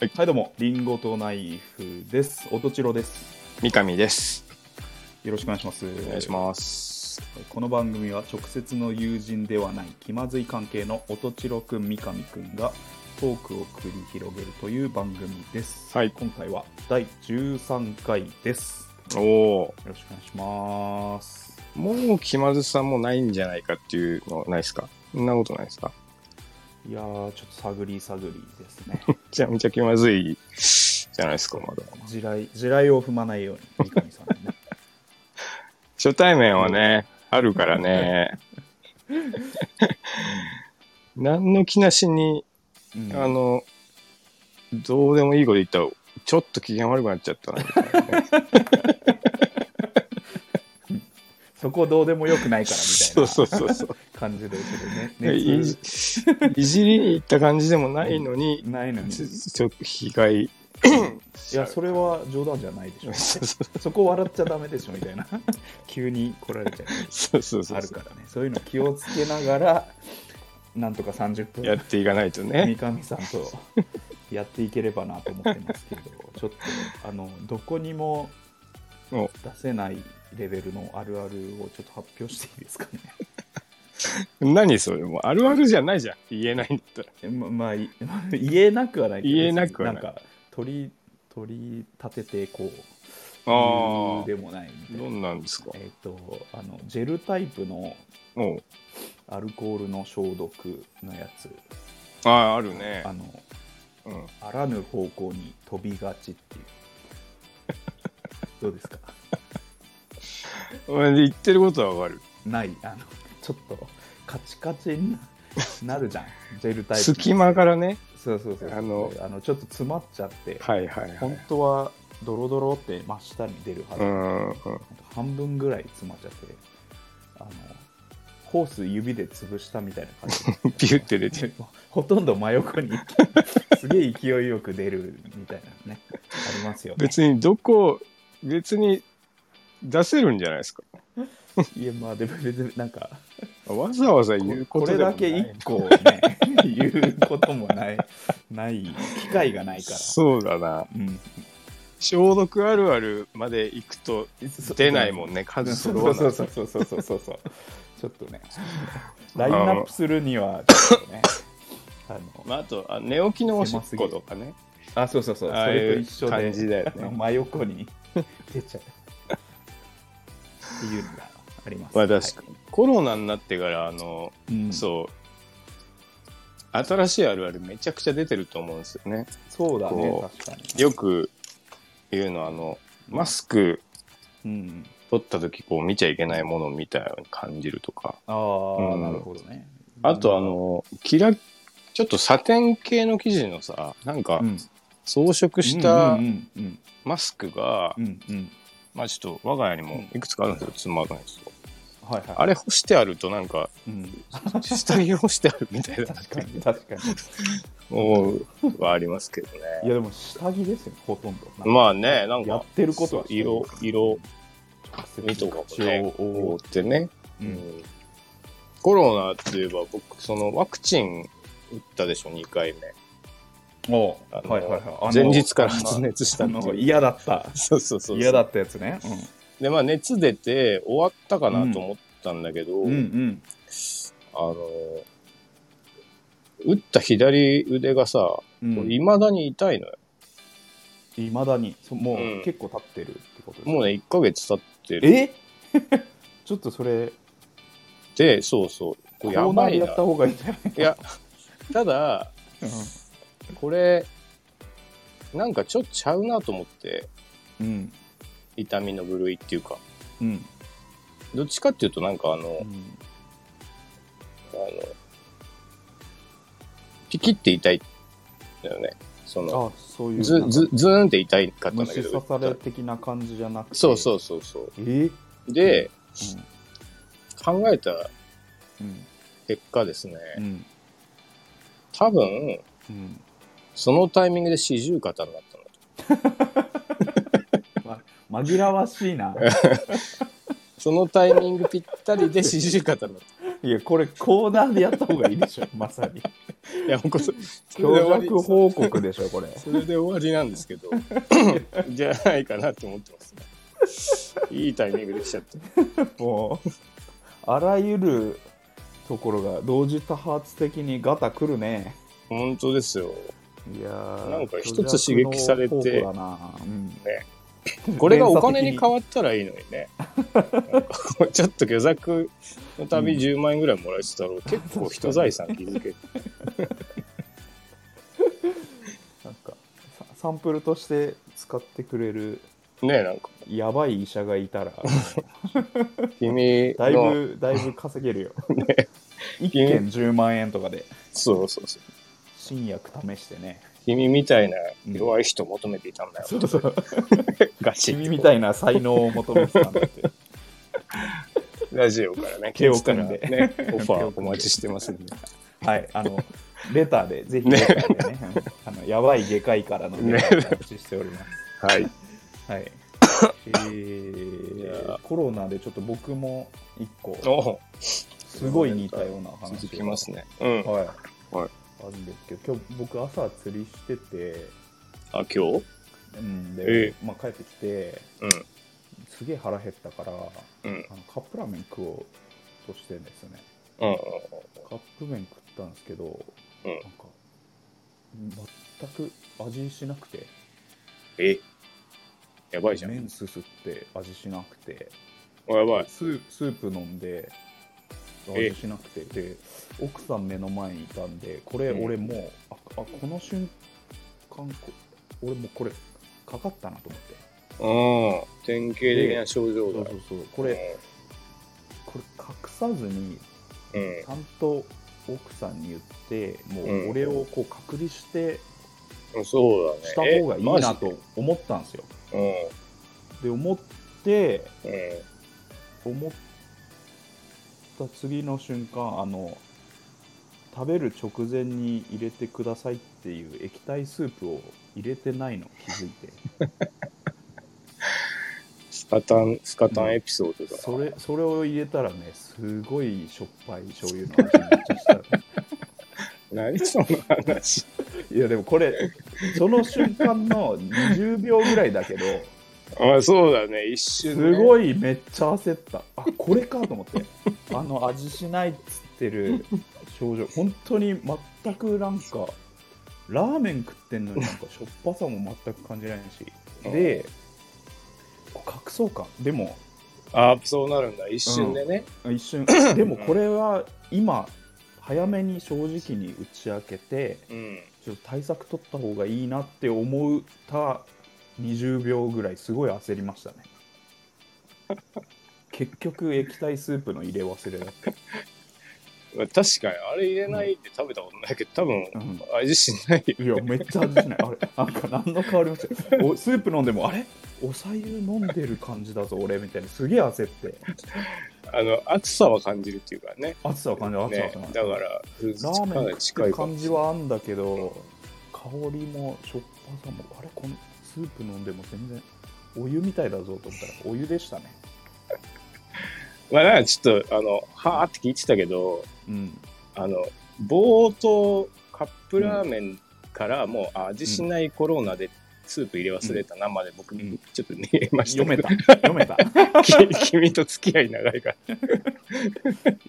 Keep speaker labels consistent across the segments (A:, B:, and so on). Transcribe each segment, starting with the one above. A: はい、どうも、リンゴとナイフです。おとちろです。
B: 三上です。
A: よろしくお願いします。
B: お願いします。
A: この番組は直接の友人ではない気まずい関係のおとちろくん、三上くんがトークを繰り広げるという番組です。
B: はい
A: 今回は第13回です。
B: おお
A: よろしくお願いします。
B: ー、もう気まずさもないんじゃないかっていうのないですかそんなことないですか
A: いやー、ちょっと探り探りですね。
B: めちゃめちゃ気まずいじゃないですか、まだ。
A: 地雷、地雷を踏まないように、三上さんに ね。
B: 初対面はね、あるから ね。何の気なしに、
A: うん
B: あの、どうでもいいこと言ったら、ちょっと機嫌悪くなっちゃったなみたいなね
A: そこどうでもよくないからみたい
B: そうそうそうそう。
A: な感じで、ちょっとね、
B: いじ
A: 熱
B: いじりに行った感じでもないのに、
A: ないのに。
B: ちちょっと被害
A: いや、それは冗談じゃないでしょ。
B: そうそう
A: そこ笑っちゃダメでしょみた いな。急に来られちゃ
B: そうそう
A: う。
B: そ
A: あ
B: う
A: るからね。そういうの気をつけながら、なんとか30分、
B: やっていかないとね
A: 三上さんとやっていければなと思ってます けど、ちょっと、あの、どこにも
B: お
A: 出せないレベルのあるあるをちょっと発表していいですかね。
B: 何それもうあるあるじゃないじゃん言えないんだったら
A: えまま あ、い言えなくはないけど
B: 言えなくはない
A: んか、取り、取り立てて、こう、
B: ああ
A: 言うでもないみたいな
B: ど。んなんですか
A: えっ、とあのジェルタイプの
B: もう
A: アルコールの消毒のやつ、
B: あああるね
A: あの
B: うん
A: あらぬ方向に飛びがちっていう どうですか
B: 俺言ってることはわかる
A: ないあのちょっとカチカチ になるじゃんジェルタイプの
B: 隙間からね
A: そうそうそう
B: あの
A: あのちょっと詰まっちゃって、
B: はいはいはい
A: 本当はドロドロって真下に出るはず、
B: うん うん
A: 半分ぐらい詰まっちゃってあのホース指で潰したみたいな感じ
B: ピュって出て
A: でほとんど真横に すげえ勢いよく出るみたいなねありますよね
B: 別にどこ別に出せるんじゃないですか
A: いやまあでも別になんか
B: わざわざ言うこ
A: ことれ
B: でも
A: だ
B: ない
A: け一個ね言うこともないない機会がないから
B: そうだな
A: うん
B: 消毒あるあるまで行くと
A: そ
B: 出ないもんね数
A: そ
B: 揃
A: う
B: わ
A: そ
B: な
A: う
B: い
A: そうそうそうそうそうそうちょっとねラインナップするにはちょっとねあの
B: まあ、あとあ寝起きのおしっことかね
A: あ、そうそうそう、
B: あ
A: そ
B: あい
A: れ
B: う
A: と一緒で、
B: 感じだよね
A: あの 真横に出ちゃう。っていうのがあります。
B: まあ確かに、コロナになってからあの、
A: に。うん、そう
B: そう新しいあるあるめちゃくちゃ出てると思うんですよね
A: だね、
B: こ
A: 確かに。
B: よく言うのはあのマスク
A: うん、
B: 取った時こう見ちゃいけないものみたいなに感じるとか
A: ああ、
B: うん
A: なるほどね。
B: あとあ、のキラちょっとサテン系の生地のさなんか
A: うん、
B: 装飾した
A: うんうん
B: マスクが、
A: うんうんうん
B: まあちょっと我が家にもいくつかあるんですよ妻のやつと
A: はいはい。
B: あれ干してあるとなんか
A: うん、
B: 下着干してあるみたいな
A: 確かに、確かに。
B: 思うはありますけど
A: い
B: ね。
A: や、でも下着ですよ、ほとんど。なんか
B: まあね、なんか、
A: やってることは
B: そう色、色味とかもね、覆
A: を、
B: ってね、
A: う、
B: うんんコロナって言えば、僕、そのワクチン打ったでしょ、2回目。
A: お
B: あの
A: はいはいはいあの。
B: 前日から発熱した
A: あ
B: の
A: の
B: いう。
A: 嫌だった。
B: そうそうそう。
A: 嫌だったやつね。
B: で、まあ、熱出て終わったかなと思ったんだけど、
A: うん、うん、うん。
B: あの、打った左腕がさ、いまだに痛いのよ。
A: いまだにそもう
B: うん
A: 結構経ってるってことですか
B: もうね、1ヶ月経ってる。
A: えちょっとそれ
B: で、そうそう。こ
A: コ
B: れや
A: ーナ
B: ば
A: ー
B: い
A: や
B: な
A: った。方がいいんじゃない
B: いや、ただ、これ、なんかちょっとちゃうなと思って、
A: うん
B: 痛みの部類っていうか、
A: うん
B: どっちかっていうとなんかあの、
A: うん
B: あの、ピキって痛いんだよね。その、
A: あそういう
B: ず、ず、ずーんって痛いかったん
A: 無
B: だけ
A: 視
B: ど
A: 刺。され的な感じじゃなくて
B: そうそううそうそ
A: え
B: う。で、
A: うん
B: 考えた
A: うん
B: 結果ですね、
A: うん
B: 多分、
A: うん
B: そのタイミングで四十肩になったんだと。
A: ま紛らわしいな
B: そのタイミングぴったりで四十肩になった。
A: いやこれコーナーでやった方がいいでしょまさに
B: いや、もうこそ、それで終
A: 強
B: わり
A: 弱報告でしょ、これ。
B: それで終わりなんです けど、じゃないかなって思ってます。いいタイミングできちゃって。
A: もう、あらゆるところが同時多発的にガタくるね。
B: 本当ですよ。
A: いやー
B: なんか一つ刺激されて
A: 巨弱の宝庫だなうん
B: これがお金に変わったらいいのにね。ちょっと下作のたび10万円ぐらいもらえてたら、結構人財産気づけ て。
A: なんかササンプルとして使ってくれる
B: ねえ、なんか、
A: やばい医者がい たら
B: 君
A: だい
B: の、
A: ぶだいぶ稼げ るよ、一件10万円とかで
B: そうそうそう。
A: 新薬試してね
B: 君みたいな弱い人求めていたんだよ。
A: そうそう
B: ガチって
A: 君みたいな才能を求めてたんだって
B: ラジオから ね、
A: 手を組んで
B: 来たらね、オファー お待ちしてますんで。
A: はいあのレターでぜひレターでねあのやばい外科医からのレターでお待ちしております
B: はい。
A: はい。え
B: いやー
A: ー、コロナでちょっと僕も一個、
B: お
A: すごい似たような話が
B: 続きますね。うん。
A: はい。
B: はい
A: あるんですけど、今日僕朝釣りしてて、
B: あ、今日うん。
A: うんで、
B: え
A: まあ、帰ってきて、すげえ腹減ったから、
B: うん。
A: あのカップラーメン食おうとしてんですよね。
B: うん。
A: カップ麺食ったんですけど、
B: うん
A: なんか、全く味しなくて、
B: えやばいじゃん。
A: 麺すすって味しなくて、
B: おやばい。
A: スースープ飲んで
B: え
A: 味しなくてで奥さん目の前にいたんでこれ
B: うん
A: 俺もう、ああこの瞬間こ俺もうこれかかったなと思って
B: うん。典型的な症
A: そ
B: 状
A: う
B: だ
A: そう。そうこれこれ隠さずに
B: うん。
A: ちゃんと奥さんに言っても
B: う
A: うん俺をこう隔離して
B: うん。そうだね。
A: した方がいい
B: え
A: な。と思ったんですよ
B: マジで
A: で思って
B: うん。うん。
A: 思った次の瞬間あの食べる直前に入れてくださいっていう液体スープを入れてないの気づいて
B: スカタン、スカタンエピソードだ。
A: それそれを入れたらねすごいしょっぱい醤油の味になっちゃした
B: 何その話。
A: いやでもこれその瞬間の20秒ぐらいだけど
B: あ、そうだね。一瞬ね。
A: すごいめっちゃ焦ったあこれかと思って あの味しないっつってる症状本当に全くなんかラーメン食ってんのになんかしょっぱさも全く感じないしでこう隠そうかでも
B: あ、そうなるんだ。一瞬でね。
A: 一 瞬でもこれは今早めに正直に打ち明けて
B: うん。
A: ちょっと対策取った方がいいなって思った20秒ぐらいすごい焦りま したね結局液体スープの入れ忘れだった
B: 確かに、あれ入れないって食べたことないけど、多分、
A: うん
B: 味しないよ。
A: いやめっちゃ味しないあれなんか何の変わりもしてないおスープ飲んでもあれお白湯飲んでる感じだぞ俺みたいにすげえ焦って
B: あの、暑さは感じるっていうかね。
A: 暑さを感じる暑さを
B: ね
A: 感、じ
B: だ
A: る、
B: から、
A: ラ
B: か
A: ー
B: な
A: メ
B: り
A: ン食っ
B: 近い
A: て
B: かも
A: 感
B: し
A: じ
B: れない
A: はあんだけど香りもしょっぱさもあれこのスープ飲んでも全然お湯みたいだぞと思ったらお湯でしたね
B: まあ、なんかちょっと、あの、はーって聞いてたけど、
A: うん
B: あの、冒頭、カップラーメンからもう、あ味しないコロナでスープ入れ忘れたなまで僕、
A: うん
B: ちょっと逃げました
A: 読め
B: けど。
A: た読めた
B: き 君と付き合い長いから。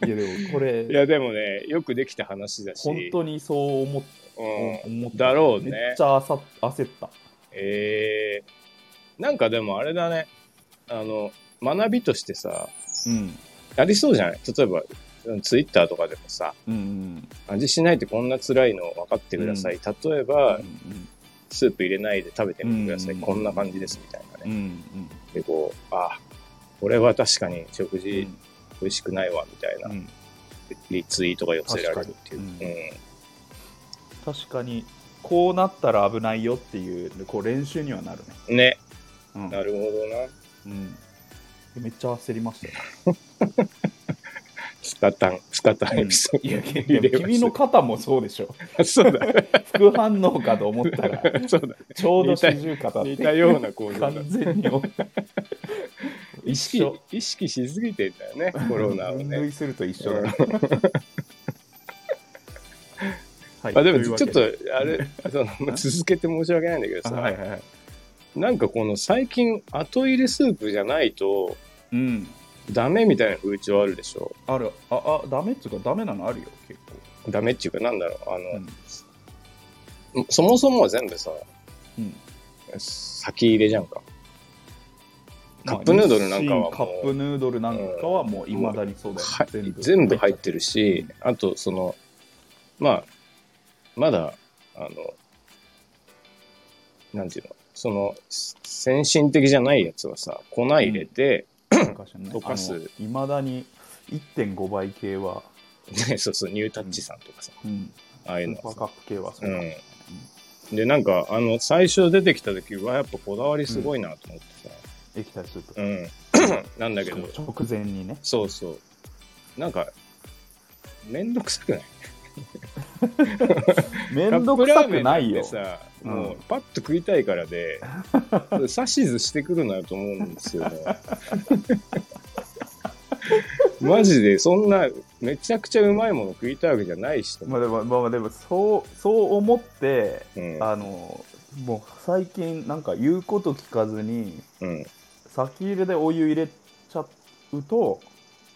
A: いやでもこれ
B: いや、でもね、よくできた話だし。
A: 本当にそう思っ
B: うん。
A: 思った
B: だろうね
A: めっちゃ焦っ焦った
B: えー、なんかでもあれだね。あの、学びとしてさ、
A: うん
B: ありそうじゃない例えば、ツイッターとかでもさ、
A: うんうん
B: 味しないってこんな辛いの分かってください。例えば
A: う、ん
B: スープ入れないで食べてみてください。
A: うん
B: こんな感じですみたいな
A: うんう
B: ね。
A: ん
B: で、こう、あ、これは確かに食
A: う
B: 事
A: ん
B: 美味しくないわみたいな
A: うん
B: リツイートが寄せられるっていう。
A: 確か
B: うん
A: 確かにこうなったら危ないよっていうこう練習にはなるね
B: ね、
A: うん
B: なるほどな。
A: うんめっちゃ焦りま したよ
B: スカタン、スカタンエピソード。
A: いやいや君の肩もそうでしょ
B: そうだ、
A: 副反応かと思ったら
B: そうだ。
A: ちょうど四十肩
B: 似たような構造だ
A: 完。全に
B: 意
A: 一緒
B: 識、意識しすぎてんだよね、コロナを
A: 分類
B: ね。
A: すると一緒だ、
B: うん
A: はい
B: あでも
A: というわ
B: ち
A: け
B: ょっとあれその続けて申し訳ないんだけど
A: あ
B: さ、
A: はいはいはい
B: なんかこの最近後入れスープじゃないと
A: うん
B: ダメみたいな風潮あるでしょ
A: あるああダメっつうかダメなのあるよ結
B: ダメっていうかなんだろうあ
A: 構う
B: の、
A: ん、
B: そもそもは全部さ
A: うん
B: 先入れじゃんか
A: まあ
B: カップヌードルなんかはも
A: 日清
B: う
A: カップヌードルなんかはもういまだにそうだよ
B: は
A: ね全部
B: 全部入ってるし、あとそのまあまだあのなんていうのその先進的じゃないやつはさ粉入れて、
A: 溶
B: 溶かす
A: いまだに1.5倍系は、
B: ねそうそうニュータッチさんとかさ、
A: うん、
B: ああ
A: ス
B: いうの
A: ーパ
B: は
A: ー
B: さ
A: カップ系はそうだ、
B: うん、でなんかあの最初出てきた時はやっぱこだわりすごいなと思ってさ、
A: 液体スープ、
B: うん なんだけど
A: しかも直前にね
B: そうそうなんかめんどくさくない
A: めんどくさくないよ
B: カップラーメンなんてさ、
A: うん
B: もうパッと食いたいか らで指図してくるなと思うんですよね マジでそんなめちゃくちゃうまいもの食いたいわけじゃないしと思
A: まあでもまあまあでもそうそう思って
B: う、うん
A: あのもう最近なんか言うこと聞かずに
B: うん、
A: 先入れでお湯入れちゃうと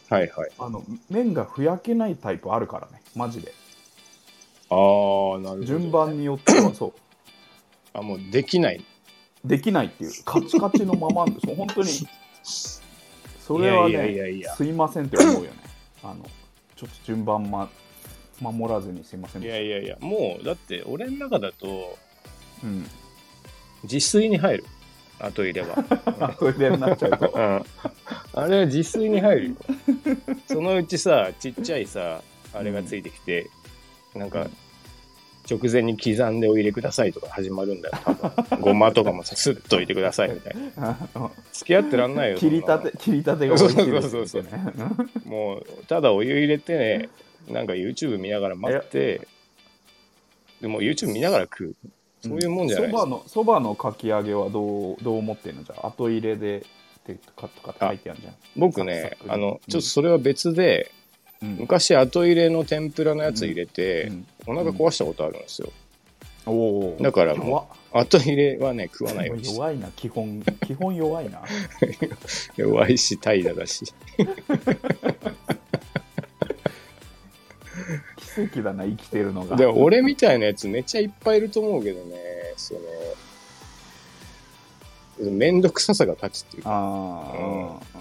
B: はいはい
A: あの麺がふやけないタイプあるからねマジで
B: ああなるほど
A: 順番によってはそう
B: あもうできない
A: できないっていうカチカチのままなんです よ本当にそれはね
B: いやいやいやいや
A: すいませんって思うよねあのちょっと順番、ま、守らずにすいません
B: いやいやいやもうだって俺の中だと
A: うん
B: 自炊に入る後入れは、
A: あそれでなっ ちゃうと
B: うん、あれは自炊に入るよ そのうちさちっちゃいさあれがついてきて、なんか直前に刻んでお入れくださいとか始まるんだよ多分ごまとかもさすっといてくださいみたいな付き合ってらん ないよ
A: 切りたて切りたてが美味しいです
B: そうそうそう
A: みたいなね
B: そんなのもうただお湯入れてねなんか YouTube 見ながら待ってでも YouTube 見ながら食うそういうもんじゃない
A: そばのそばのかき揚げはどうどう思ってんのじゃあ後入れでテクとかとかって書いてあるじゃん
B: 僕ね
A: サクサク
B: あのちょっとそれは別で、
A: うん
B: 昔後入れの天ぷらのやつ入れて
A: う、ん
B: お腹壊したことあるんですよ、
A: おお
B: だからもう
A: 弱
B: 後入れはね食わないようにして
A: 弱いな基本基本弱いな
B: 弱いし怠惰だし
A: 奇跡だな生きてるのが
B: でも俺みたいなやつめっちゃいっぱいいると思うけどねそのめんどくささが勝ちっていうか
A: ああ、うん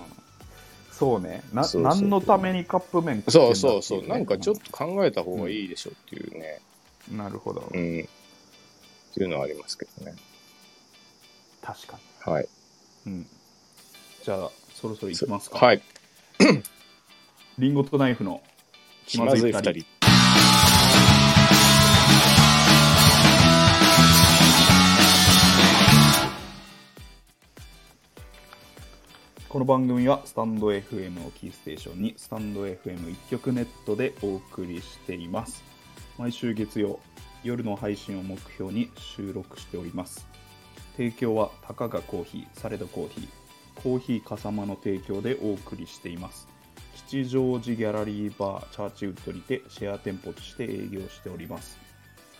A: そうねな
B: そうそうそう
A: 何のためにカップ麺食ってんだ
B: そ
A: っていう
B: そうそうなんかちょっ
A: と、
B: と考えた方がいいでしょっていうね
A: なるほど、
B: うん、っていうのはありますけどね
A: 確か
B: はい
A: に、うん、じゃあそろそろいきますか
B: はい
A: リンゴとナイフの
B: 気まずい二人
A: この番組はスタンド FM をキーステーションにスタンド FM 一曲ネットでお送りしています毎週月曜夜の配信を目標に収録しております提供はたかがコーヒーサレドコーヒーコーヒーかさまの提供でお送りしています吉祥寺ギャラリーバーチャーチウッドにてシェア店舗として営業しております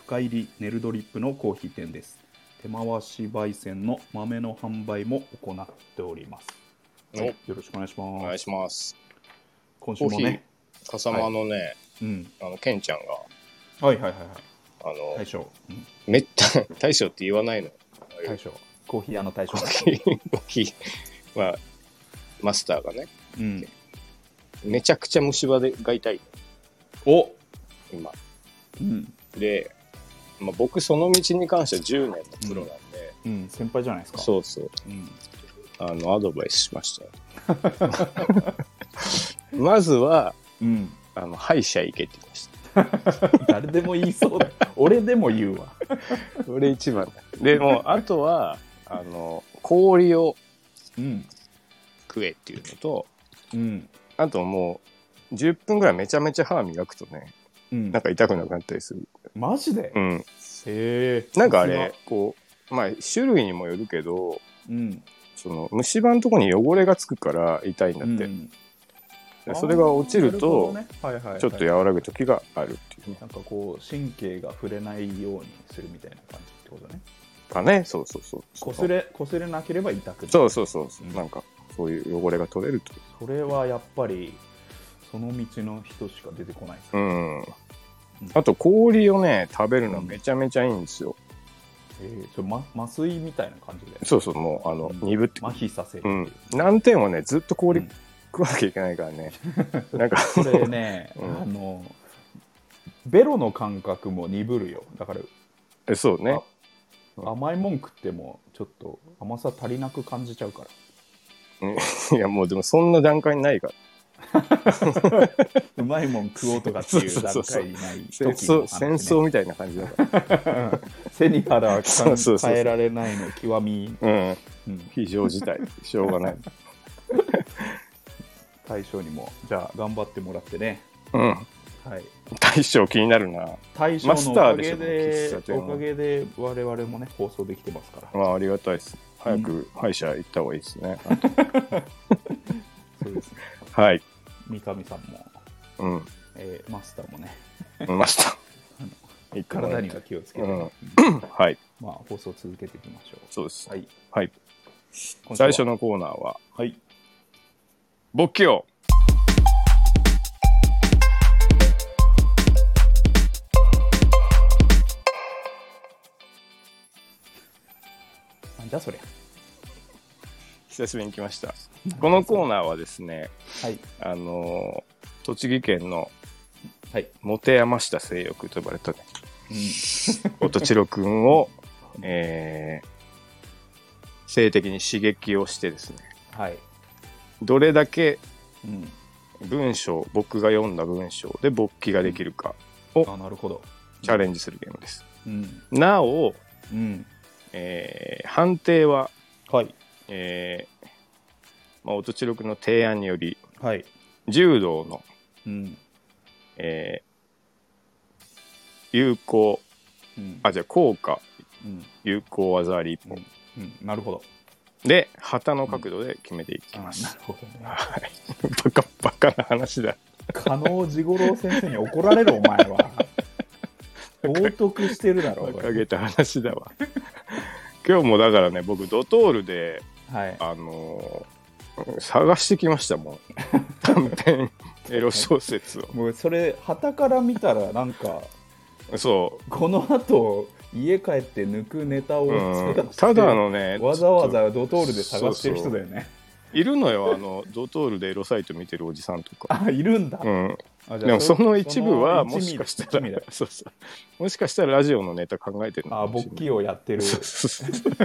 A: 深入りネルドリップのコーヒー店です手回し焙煎の豆の販売も行っております
B: お
A: よろしくお願いし
B: お
A: ま
B: 願い
A: す。
B: します
A: 今週もね。
B: 笠間のね、
A: うん。
B: あのケンちゃんが
A: はいはいはいはい。
B: あの、
A: 大将。うん
B: めった大将って言わないの
A: 大将。コーヒー屋の大将
B: コ。ーヒーコーヒーまあマスターがね
A: うん。
B: めちゃくちゃ虫歯でが痛い
A: お
B: 今
A: うん。
B: で、まあ、僕その道に関しては10年のプロなんで、
A: うん。先輩じゃないですか。
B: そうそう
A: うん。
B: あのアドバイスしま したよまずは
A: うん。
B: あの歯医者行けって言いまし
A: 誰でも言いそうだ。俺でも言うわ。
B: たそれ一番でもうあとはあの氷を
A: うん。
B: 食えっていうのと
A: うん。
B: あともう10分ぐらいめちゃめちゃ歯磨くとね
A: うん
B: なん。か痛くなくなったりする
A: マジで
B: うん
A: へえ。
B: なんかあれ、こう、まあ、種類にもよるけど、
A: うん。
B: その虫歯のとこに汚れがつくから痛いんだ
A: う
B: って。
A: ん。あー
B: それが落ちると
A: なほどねはいはいはい
B: ちょっと和らぐ時があるっていうね
A: なんかこう神経が触れないようにするみたいな感じってことね
B: かねそうそうそう
A: こすれこすれなければ痛くない
B: そうそうそうそうなんかそういう汚れが取れると
A: それはやっぱりその道の人しか出てこないです
B: う
A: ね
B: んあと氷をね食べるのめちゃめちゃいいんですよ
A: えーそれま麻酔みたいな感じで
B: そうそうもうあの鈍って
A: 麻痺させるって
B: う
A: い
B: ん難点はねずっと氷
A: うん
B: 食わなきゃいけないか らねなんか
A: これね、
B: うん
A: あのベロの感覚も鈍るよだから
B: えそうねあ
A: 甘いもん食ってもちょっと甘さ足りなく感じちゃうから
B: いやもうでもそんな段階ないから
A: うまいもん食おうとかっていう段階にない時
B: 戦
A: の
B: 争
A: 話
B: 戦
A: ね
B: 争みたいな感じだから
A: 背に腹は
B: そうそうそう
A: 変えられないの極み、
B: うん
A: うん
B: 非常事態しょうがない
A: 対象にもじゃあ頑張ってもらってね、
B: うん
A: はい、
B: 大将気になるな
A: 対象のおかげ
B: マスター
A: で
B: でしょ
A: おかげで我々もね放送できてますから
B: まあありがたいです早く歯医者行った方がいいですね、
A: そうですね
B: はい
A: 三上さんも、
B: うん
A: えーマスターもね
B: ましたいいかな
A: 体には気をつけて、
B: うん
A: うん
B: はい
A: まあ放送続けていきましょ
B: そうです
A: うはい
B: はい
A: 今週
B: 最
A: は
B: 初のコーナーは
A: はい
B: 「勃起王
A: なんじゃそりゃ」
B: 久しぶりに来ましたこのコーナーはですね
A: はい
B: あのー栃木県の
A: はい、
B: 持て余した性欲と呼ばれ たね
A: うん、
B: 音千代くんを、えー性的に刺激をしてですね
A: はい、
B: どれだけ
A: うん、
B: 文章僕が読んだ文章で勃起ができるか
A: あなるほど
B: チャレンジするゲームです、
A: うん
B: なお、
A: うん
B: えー判定は、
A: はい
B: えーまあ、音千代くんの提案により
A: はい
B: 柔道の、
A: うん
B: えー有効
A: うん
B: あじゃあ効果
A: うん
B: 有効技あり一本
A: うんなるほど
B: で旗の角度で決めていき
A: あな
B: ま
A: る
B: す、
A: ほどね
B: はい、 バカバカな話だ
A: 加納治五郎先生に怒られるお前 は冒涜してるだろ
B: 馬
A: う
B: 鹿げた話だわ今日もだからね僕ドトールで
A: はい
B: あのー探してきましたもん短編エロ小説を
A: もうそれ旗から見たらなんか
B: そ
A: この後家帰って抜くネタ
B: う、
A: を
B: うん
A: 探して、
B: ただのね
A: わざわ
B: ちょっ
A: ざドトールで探してる人だよね
B: といるのよあのドトールでエロサイト見てるおじさんとか、
A: あいるんだ、
B: うん、
A: あじゃあ
B: でもその一部
A: そ
B: は
A: の
B: も
A: 一
B: し
A: 味
B: かした
A: 一味
B: ら
A: だ
B: そうそうもしかしたらラジオのネタ考えてるの
A: あ
B: かもし
A: 勃
B: れない
A: 起をや ってる
B: そうそうそう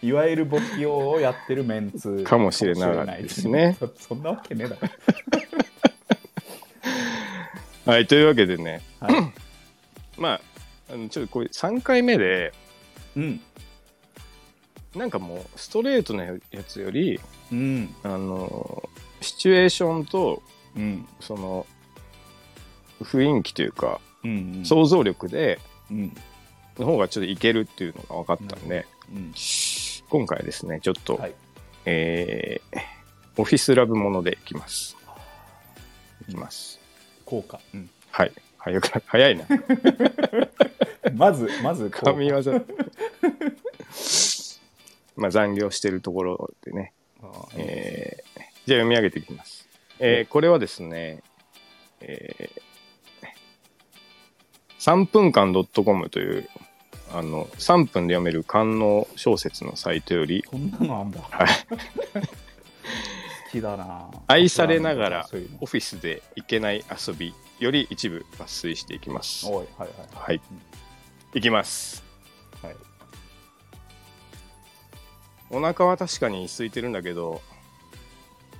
A: いわゆる勃起王をやってるメンツ
B: かもしれないですね
A: かもしれないそそんなわけねえだろ
B: はいというわけでね、
A: は
B: まああのちょっとこれ3回目で
A: うん
B: なんかもうストレートなやつより
A: うん
B: あのシチュエーションと
A: うん
B: その雰囲気というか、
A: うんうん
B: 想像力で
A: うん
B: の方がちょっといけるっていうのが分かったんで、
A: うん
B: 今回ですねちょっと、
A: はい
B: えーオフィスラブものでいきます。いきます。
A: 効果、うん、
B: はい。早くな早い な。
A: まずまず効果
B: 神業。まあ残業してるところでね、
A: あー
B: えーじゃあ読み上げていきます。えーこれはですね、えー、3分間 .com という、あの、3分で読める官能小説のサイトより、
A: こんなのあんだ好
B: はい
A: きだな
B: 愛されながら
A: そういうの
B: オフィスで行けない遊びより一部抜粋していきます。
A: おいはいは
B: はい。いきます。
A: いはい
B: お腹は確かに空いてるんだけど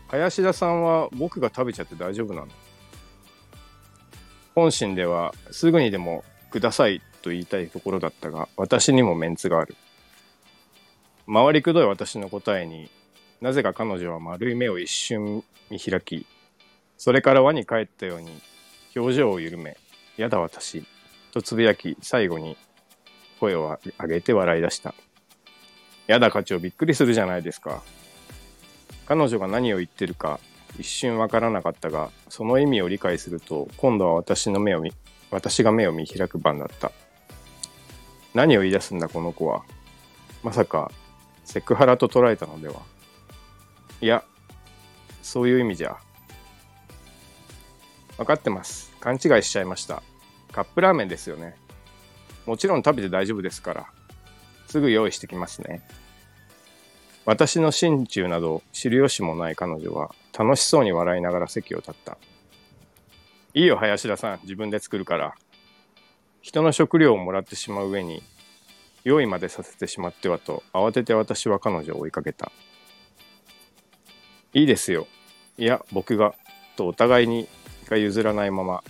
B: 林田さんは僕が食べちゃって大丈夫なの本心ではすぐにでも「ください」と言いたいところだったが私にもメンツがある回りくどい私の答えになぜか彼女は丸い目を一瞬見開きそれから輪に帰ったように表情を緩め「やだ私」とつぶやき最後に声を上げて笑い出したやだ課長びっくりするじゃないですか。彼女が何を言ってるか一瞬わからなかったが、その意味を理解すると、今度は私の目を見、私が目を見開く番だった。何を言い出すんだこの子は。まさか、セクハラと捉えたのでは。いや、そういう意味じゃ。分かってます。勘違いしちゃいました。カップラーメンですよね。もちろん食べて大丈夫ですから。すぐ用意してきますね。私の心中など知る由もない彼女は楽しそうに笑いながら席を立った。いいよ、林田さん。自分で作るから。人の食料をもらってしまう上に、用意までさせてしまってはと慌てて私は彼女を追いかけた。いいですよ。いや、僕が。とお互いにが譲らないまま、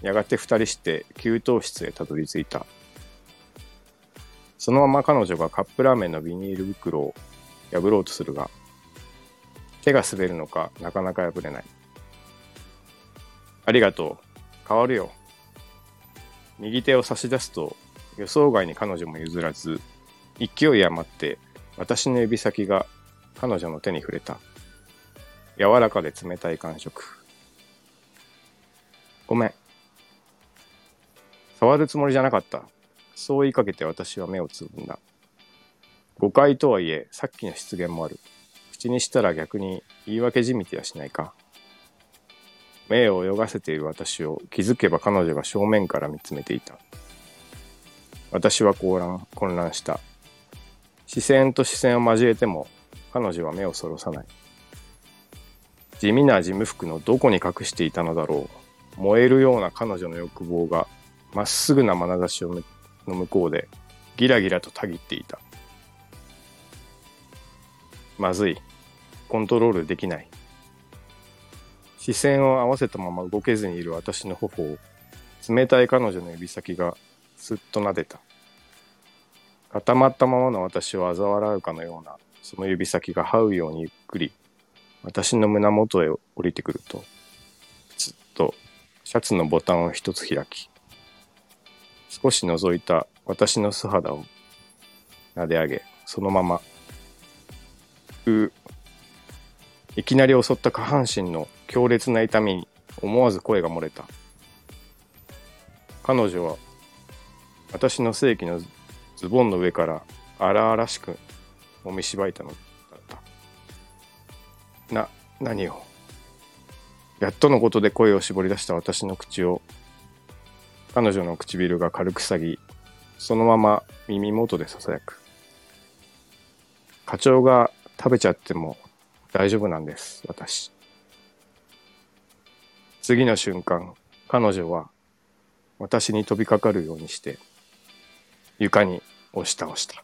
B: やがて二人して給湯室へたどり着いた。そのまま彼女がカップラーメンのビニール袋を破ろうとするが、手が滑るのかなかなか破れない。ありがとう。変わるよ。右手を差し出すと、予想外に彼女も譲らず、勢い余って私の指先が彼女の手に触れた。柔らかで冷たい感触。ごめん。触るつもりじゃなかった。そう言いかけて私は目をつぶんだ。誤解とはいえ、さっきの失言もある。口にしたら逆に言い訳じみてやしないか。目を泳がせている私を気づけば彼女が正面から見つめていた。私は混乱混乱した。視線と視線を交えても彼女は目をそろさない。地味な事務服のどこに隠していたのだろう。燃えるような彼女の欲望がまっすぐな眼差しをむの向こうでギラギラとたぎっていた。まずい。コントロールできない。視線を合わせたまま動けずにいる私の頬を冷たい彼女の指先がすっと撫でた。固まったままの私を嘲笑うかのようなその指先が這うようにゆっくり私の胸元へ降りてくると、ずっとシャツのボタンを一つ開き、少し覗いた私の素肌を撫で上げ、そのまま、う、いきなり襲った下半身の強烈な痛みに思わず声が漏れた。彼女は私の正規のズボンの上から荒々しく揉みしばいたのだった。な、何をやっとのことで声を絞り出した私の口を彼女の唇が軽く塞ぎ、そのまま耳元で囁く。課長が食べちゃっても大丈夫なんです、私。次の瞬間、彼女は私に飛びかかるようにして、床に押し倒した。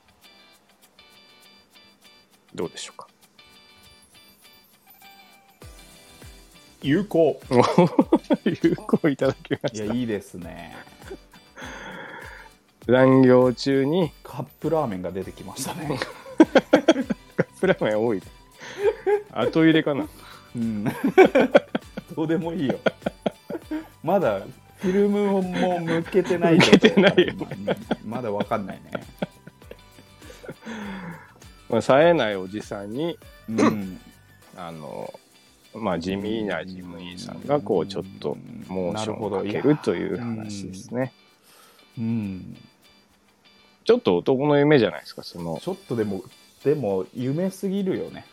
B: どうでしょうか。
A: 有効
B: 有効いただきま
A: い
B: し
A: や
B: た。
A: いいですね
B: 残業中に
A: カップラーメンが出てきました ね
B: プラーメン多いね。後入れかな。
A: うん どうでもいいよまだフィルムも向けてない
B: 向けてないよ
A: 状態だから今まだわかんないね
B: まあ、冴えないおじさんに、
A: うん
B: あの、まあ、地味な事務員さんが、こう、ちょっと、モーションをかけるという話ですね。
A: うん
B: ちょっと男の夢じゃないですか、その。
A: ちょっとでもでも夢すぎるよ ね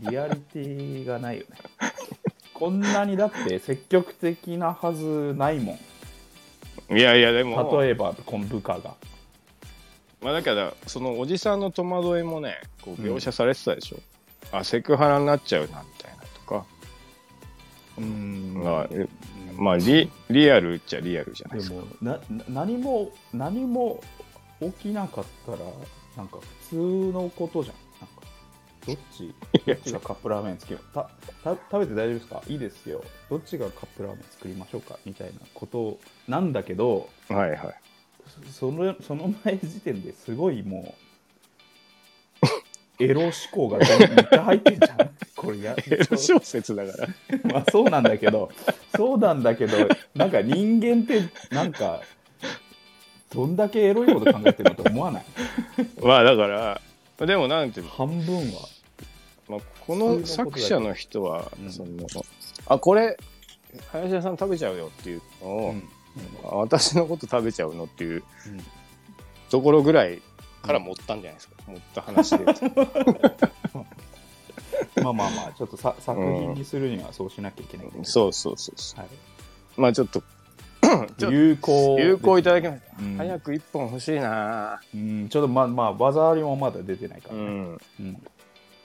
A: リアリティがないよねこんなにだって積極的なはずないもん
B: いやいや、でも、
A: 例えばこの部下が
B: まあ、だから、そのおじさんの戸惑いもね、こう、描写されてたでしょ。あ、セクハラになっちゃうな、みたいなとか。
A: うん
B: まあ、えまあ、リ、リアルっちゃリアルじゃないで
A: です
B: か。
A: もなな何も何も起きなかったらなんか普通のことじゃんなんかどっちどっちがカップラーメン作るたた食べて大丈夫ですかいいですよどっちがカップラーメン作りましょうかみたいなことなんだけど
B: はいはい。
A: そのその前時点ですごいも うエロ思考がめっちゃ入ってんじゃんこれや
B: エロ 小説だから。
A: まあそうなんだけどそうなんだけどなんか人間ってなんかどんだけエロいこと考えてるのと思わない
B: まあ、だから、でも、なんていうの
A: 半分は
B: まあ、この作者の人は、
A: うん
B: そのあこれ林田さん食べちゃうよっていうの
A: う
B: を、
A: ん
B: あ私のこと食べちゃうのっていう
A: うん
B: ところぐらいから持ったんじゃないですか、持った話 で
A: まあまあまあ、ちょっとさ作品にするにはそうしなきゃいけないけど、
B: そうそうそうそ
A: はいう
B: まあちょっとちょ
A: 有効です。
B: 有効いただきました、
A: うん
B: 早く1本欲しいな
A: うん、ちょっとまあまあ、技ありもまだ出てないか
B: う
A: らね。
B: ん
A: うん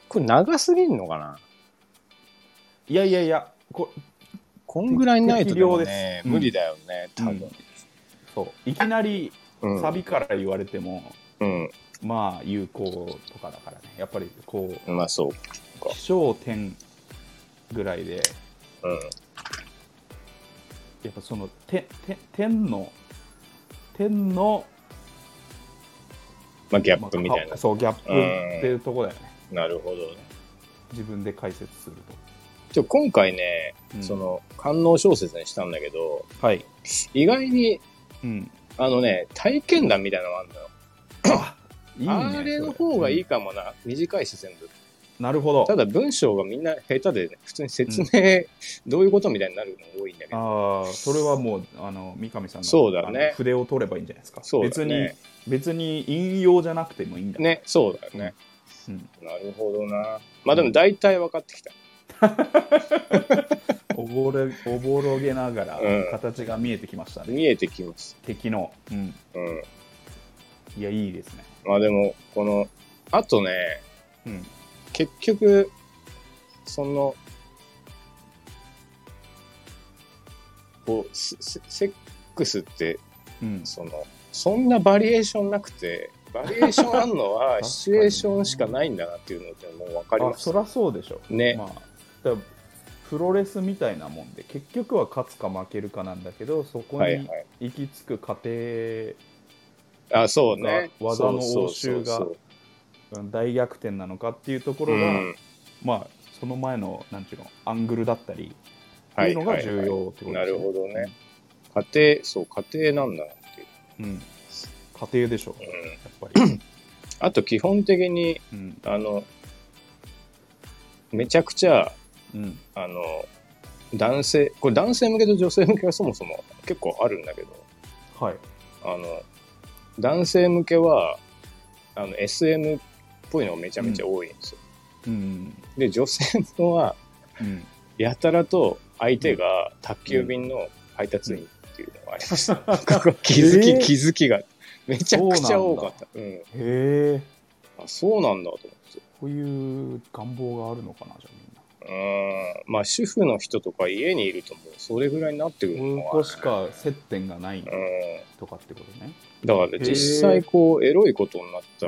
B: これ長すぎんのかない
A: やいやいや、こ
B: こんぐらいないとでも
A: 適量
B: ね
A: です
B: 無理だよね、
A: うん
B: 多分
A: そういきなり
B: うん、
A: サビから言われても、
B: うん
A: まあ有効とかだからねやっぱりこう
B: まあそう
A: 起承点ぐらいで
B: うん
A: やっぱそのてて点の点の、
B: まあギャ
A: ま
B: ッ
A: あ
B: プみたいな
A: かそうギャップっていうとこだよね
B: なるほどね
A: 自分で解説すると、
B: ちょ今回ね、
A: うん
B: その官能小説にしたんだけど
A: はい、
B: 意外に
A: うん、
B: あのね体験談みたいなのがあるのよ
A: あいいね
B: あれの方がいい
A: そ
B: かもな、短いし全部
A: れなるほど
B: ただ文章がみんな下手で、ね、普通に説明、どういうことみたいになるのが多いんだけど
A: ああそれはもうあの三上さんの
B: そうだね
A: あの筆を取ればいいんじゃないですか
B: そうだ
A: 別に
B: ね
A: 別に引用じゃなくてもいいんだ、
B: ねそうだよね、
A: うん、
B: なるほどなまあでも大体分かってきた、
A: おぼろおぼろげながら
B: うん
A: 形が見えてきましたね、
B: 見えてきます
A: 敵の、うん、
B: うん
A: いやいいですね、
B: まあでもこのあとね
A: うん、
B: 結局そのこうセセセックスって
A: うん、
B: そのそんなバリエーションなくてバリエーションあるの
A: 確か
B: は
A: に
B: シチュエーションしかないんだなっていうのってもう分かり
A: あ
B: ます
A: そらそうでしょ
B: ね
A: まあ、だからプロレスみたいなもんで結局は勝つか負けるかなんだけどそこ
B: はい
A: に
B: はい
A: 行き着く過程、
B: あそうね
A: が技の
B: そう
A: 応酬が
B: そうそう
A: うん大逆転なのかっていうとこ
B: そう
A: ろが、
B: うん
A: まあその前のなんていうのアングルだったりって
B: はいい
A: の
B: うは
A: が
B: い
A: 重要っ
B: は
A: てことですね、
B: いなるほどねい家庭そう家庭なんだなっていう、
A: うん、うん家庭でしょや
B: うん、
A: っぱ り、
B: あと基本的に
A: うん
B: あのめちゃくちゃ
A: うん、
B: あの男性これ男性向けと女性向けはそもそも結構あるんだけど
A: はい
B: あの男性向けはあの SM っぽいのがめちゃめちゃ多いんですよ、
A: うん
B: で女性の方は
A: うん
B: やたらと相手が宅急便の配達員っていうのがありま した、なんか気づき、
A: えー
B: 気づきがめちゃくちゃ多かったうん
A: へえ
B: あそうなんだと思って
A: こういう願望があるのかなじゃあ
B: うーんまあ主婦の人とか家にいるともうそれぐらいになってく
A: み
B: る
A: ん
B: の
A: な
B: か
A: ここ
B: な
A: しか接点がない
B: うん
A: とかってことね
B: だからね実際こうエロいことになった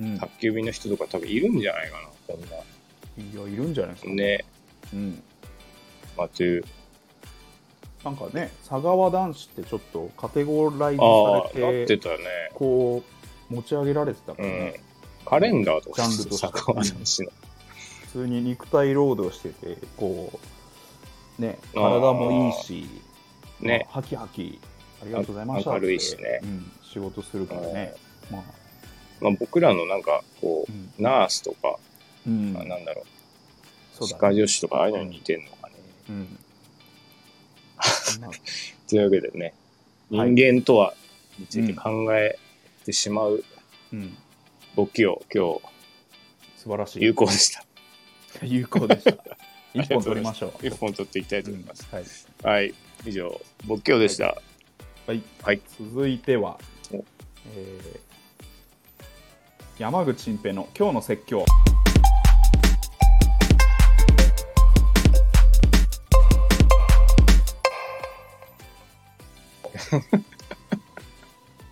A: うんい
B: 宅急便の人とか多分いるんじゃないかなこんな
A: やいるんじゃないですか
B: ね
A: うん
B: まあという
A: なんかね佐川男子ってちょっとカテゴライズ
B: あ
A: さ
B: あなっ
A: れ
B: て
A: て
B: たね
A: こう持ち上げられてたも
B: うんん
A: ね、
B: カレンダーとか
A: ジャンルとして
B: 坂川さん氏の
A: 普通に肉体労働しててこうね
B: あー
A: 体もいいし
B: ね
A: まあハキハキありがとうございました
B: あ
A: って
B: 明るいしね
A: うん、仕事するからねまあ
B: まあ僕らのなんかこ
A: う、
B: うんナースとか、
A: うん
B: まあなんだろう
A: そう
B: 歯
A: だ
B: 科
A: ね
B: 助手とかああいうのに似てんのかね
A: うんまあ
B: というわけでね人
A: はい
B: 間とはについて考えてしまう
A: うん
B: 簿記を今日
A: 素晴らしい
B: 有効でした
A: 有効 でした
B: りが
A: 一
B: と
A: 本
B: うござ
A: 取
B: い
A: り
B: ま
A: ますしょう
B: 一本取っていきたいと
A: う
B: 思い
A: ん
B: ます
A: はい
B: はい以上簿記をでした
A: はい、
B: はい
A: 続いては
B: お、
A: えー山口ん平の今日の説 教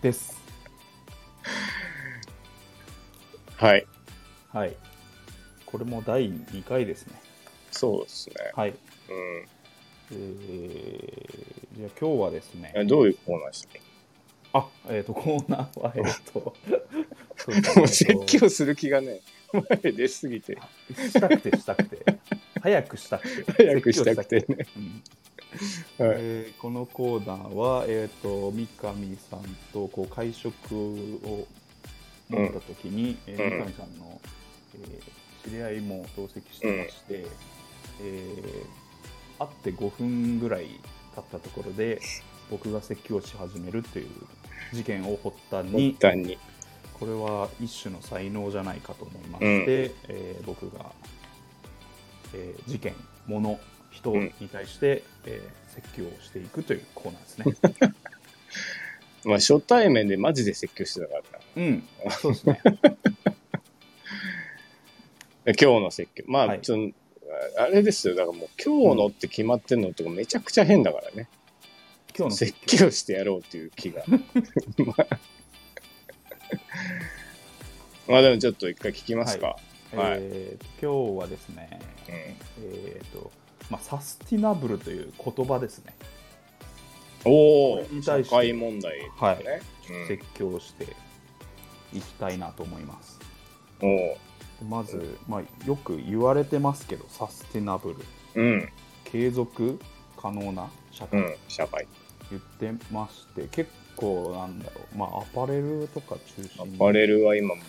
A: です
B: はい
A: はいこれも第2回ですね
B: そうですね
A: はい
B: うん
A: えー、じゃあ今日はですね
B: えどういうコーナーでしたっけ
A: あえっ、とコーナーはえっ、 とそうですね
B: もう説教する気がね、前出すぎて、
A: したくてしたくて早くしたくて
B: 早くしたくて
A: 説教
B: ね。
A: したくてうん
B: はい
A: えーこのコーナーは、えー、と三上さんとこう会食を持った時に、えー
B: うん
A: 三上さんの、えー知り合いも同席してまして、えー会って5分ぐらい経ったところで僕が説教し始めるという事件を発端に
B: 一旦に。
A: これは一種の才能じゃないかと思いまして、えー僕が、えー事件物人に対して、えー説教をしていくというコーナーですね。
B: まあ、初対面でマジで説教してたからな
A: うん、そうですね。
B: 今日の説教。まあ、
A: はい
B: ちょあれですよ。だからもう、今日のって決まってんのとかめちゃくちゃ変だからね。
A: 今日の説
B: 説教してやろうっていう 気が。まあ、まあでもちょっと一回聞きますか。
A: 教、
B: はい
A: えー今日はですね、えーとまあ、サスティナブルという言葉ですね、
B: うん、お
A: これ
B: お、
A: に対
B: 社
A: して
B: 会問題ね。
A: はい
B: うん
A: 説教していきたいなと思います。
B: おお、
A: まず、まあ、よく言われてますけど、サスティナブル、
B: うん、
A: 継続可能な社
B: う
A: 会、
B: ん、社会。
A: 言ってまして、結構なんだろう、まあ、アパレルとか中
B: ア
A: 心に
B: パレルは今もう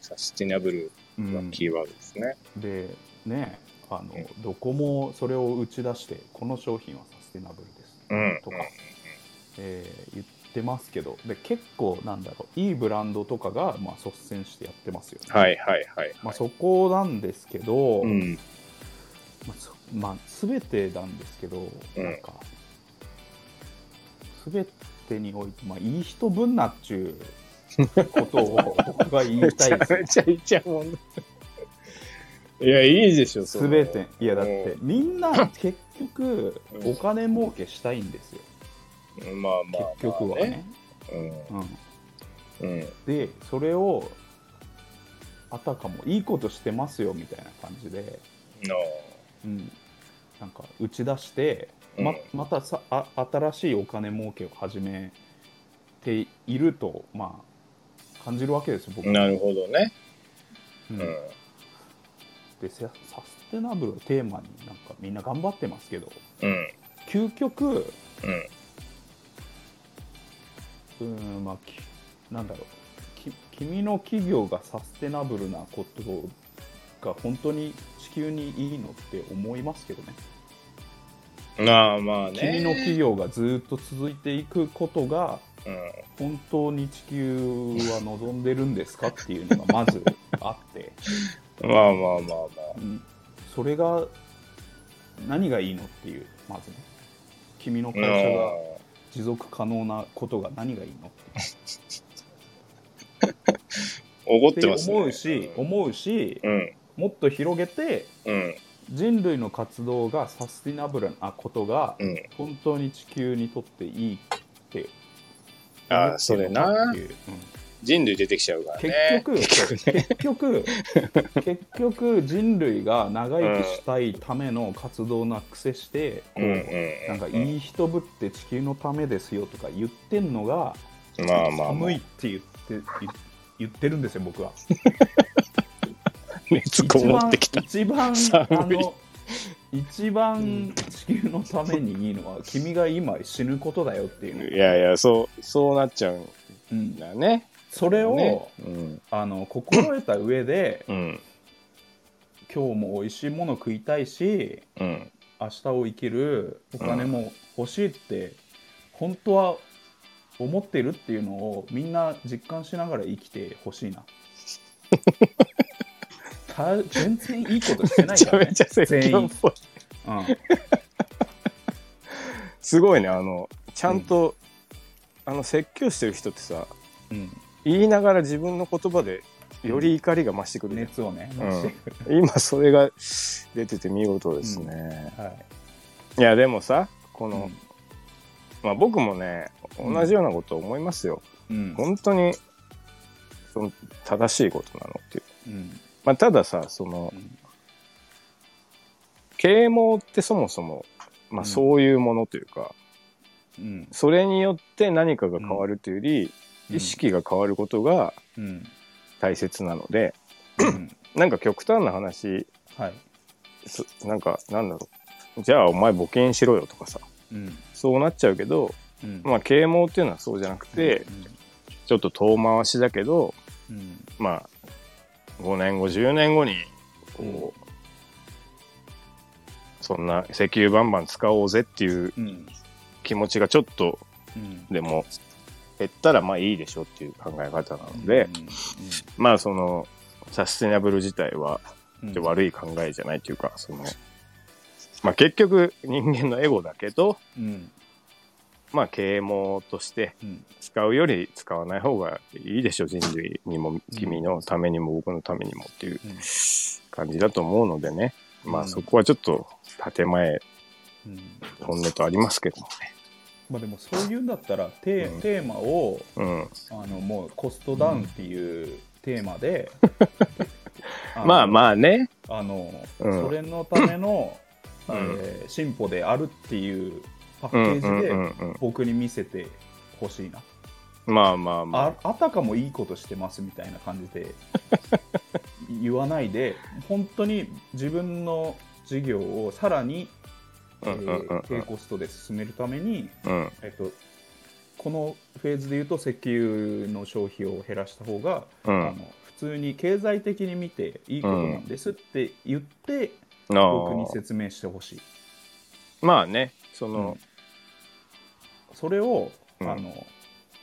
B: サスティナブル
A: う
B: が
A: ん
B: キーワードですね。
A: で、ね、あの
B: う
A: どこもそれを打ち出して、この商品はサスティナブルです、
B: うん
A: とか、えー言ってますけどで結構なんだろういいブランドとかが、まあ、率先してやってますよね、
B: はいはいはい。
A: まあ、そこなんですけど、
B: うん、
A: まあそまあ、全てなんですけど、
B: うん
A: なんか全てにおいて、まあ、いい人ぶんなっちゅうことを僕は言い
B: め
A: た
B: ちゃ
A: いですね
B: めちゃいちゃもんだ。いや、いいでしょ、その
A: 全ていやだってみんな結局
B: うん
A: お金儲けしたいんですよ
B: うんまあまあ、まあ
A: 結局はね、うん、
B: うん。うん。
A: でそれをあたかもいいことしてますよみたいな感じで、
B: な
A: うん、なんか打ち出して
B: う
A: ま
B: ん
A: またさあ新しいお金儲けを始めていると、まあ、感じるわけですよ僕
B: あなるほどね。
A: う
B: うんん。
A: でササステナブルをテーマになんかみんな頑張ってますけど
B: うん。
A: 究極
B: うん。
A: うーんまあきなんだろうき君の企業がサステナブルなことが本当に地球にいいのって思いますけどね
B: まあまあね。
A: 君の企業がずっと続いていくことが
B: うん。
A: 本当に地球は望んでるんですかっていうのがまずあって、
B: まあまあまあまあ。
A: うんそれが何がいいのっていうまずね君の会社が持続可能なことが何がいいの
B: 怒っ
A: って
B: てますね。
A: 思うし思うし
B: うん。
A: もっと広げて
B: うん。
A: 人類の活動がサスティナブルなことが
B: うん。
A: 本当に地球にとっていいって
B: ああ、それな
A: って。いううん
B: 人類出てきちゃうから
A: 結
B: ね。
A: 局、結局、結局人類が長生きしたいための活動なくせして、こう
B: うんうんうん
A: なんかいい人ぶって地球のためですよとか言ってんのが、
B: まあまあ、まあ
A: 寒いっ。て言って言言ってるんですよ、僕は。
B: 熱こもってきた。
A: 一番、一番あ
B: 寒い
A: の、一番地球のためにいいのは、君が今死ぬことだよっていう
B: い
A: ね、
B: やいや、そう、そうなっちゃうん
A: うん、
B: だね。
A: それを、
B: ねうん。
A: あの心得た上で、
B: うん。
A: 今日も美味しいもの食いたいし、
B: うん。
A: 明日を生きるお金も欲しいって本当は思ってるっていうのをみんな実感しながら生きてほ しいなた全然いいことして
B: め
A: ない
B: ちゃ
A: から
B: め
A: ね
B: ちゃ説教っぽい。
A: うん
B: すごいね、あの、ちゃんと、あの、説教してる人ってさ、
A: うん
B: 言いながら自分の言葉で、より怒りが増してくるね。
A: 熱をね、
B: うん
A: 増してくる
B: 今それが出てて見事ですね、
A: はい
B: いやでもさこの、
A: うん
B: まあ僕もね
A: うん
B: 同じようなこと思いますよ、
A: うん
B: 本当にその正しいことなのってい
A: う
B: う、
A: ん
B: まあ、たださその
A: うん
B: 啓蒙ってそもそも、
A: う
B: まあ、
A: ん
B: そういうものというか、
A: うん
B: それによって何かが変わるというより、
A: うん
B: 意識が変わることが
A: うん
B: 大切なので
A: うん
B: なんか極端な話
A: はい
B: そなんかなんだろうじゃあお前募金しろよとかさ
A: うん
B: そうなっちゃうけど
A: うん
B: まあ、啓蒙っていうのはそうじゃなくて、ちょっと遠回しだけど、
A: うん
B: まあ、5年後、10年後にこう、そんな石油バンバン使おうぜっていう
A: うん
B: 気持ちがちょっと
A: うん
B: でも減ったらまあいいでしょっていう考え方なので、
A: うん
B: まあそのサステナブル自体は
A: うん
B: で悪い考えじゃないというか、その、まあ結局人間のエゴだけど、
A: うん
B: まあ啓蒙として
A: うん
B: 使うより使わない方がいいでしょ、人類にも、君のためにも僕のためにもっていう
A: うん
B: 感じだと思うのでね、ま
A: う
B: あ
A: ん
B: そこはちょっと建前、
A: うん
B: 本音とありますけども
A: まあでもそういうんだったらテ,、
B: うん
A: テーマを
B: ね。
A: あのもうコストダウンっていうテーマ で、
B: うん。まあ
A: あ
B: まあね、
A: のあの、
B: うん
A: それのための、
B: うん
A: えー進歩であるっていうパッ
B: うん
A: ケ
B: う
A: ー
B: ん
A: ジ
B: う
A: で
B: んうん。
A: 僕に見せてほしいな、
B: まあまあまあ
A: あ。あたかもいいことしてますみたいな感じ で言わないで本当に自分の事業をさらに、
B: うんうんうんう
A: えー
B: ん
A: 低コストで進めるために、
B: うん
A: えっと、このフェーズで言うと石油の消費を減らした方が、あ
B: う
A: の
B: ん。
A: 普通に経済的に見ていいことなんですって言って、
B: なあ
A: 僕に説明してほしい、
B: まあね、そ
A: うん
B: の、
A: それを、
B: うん
A: あの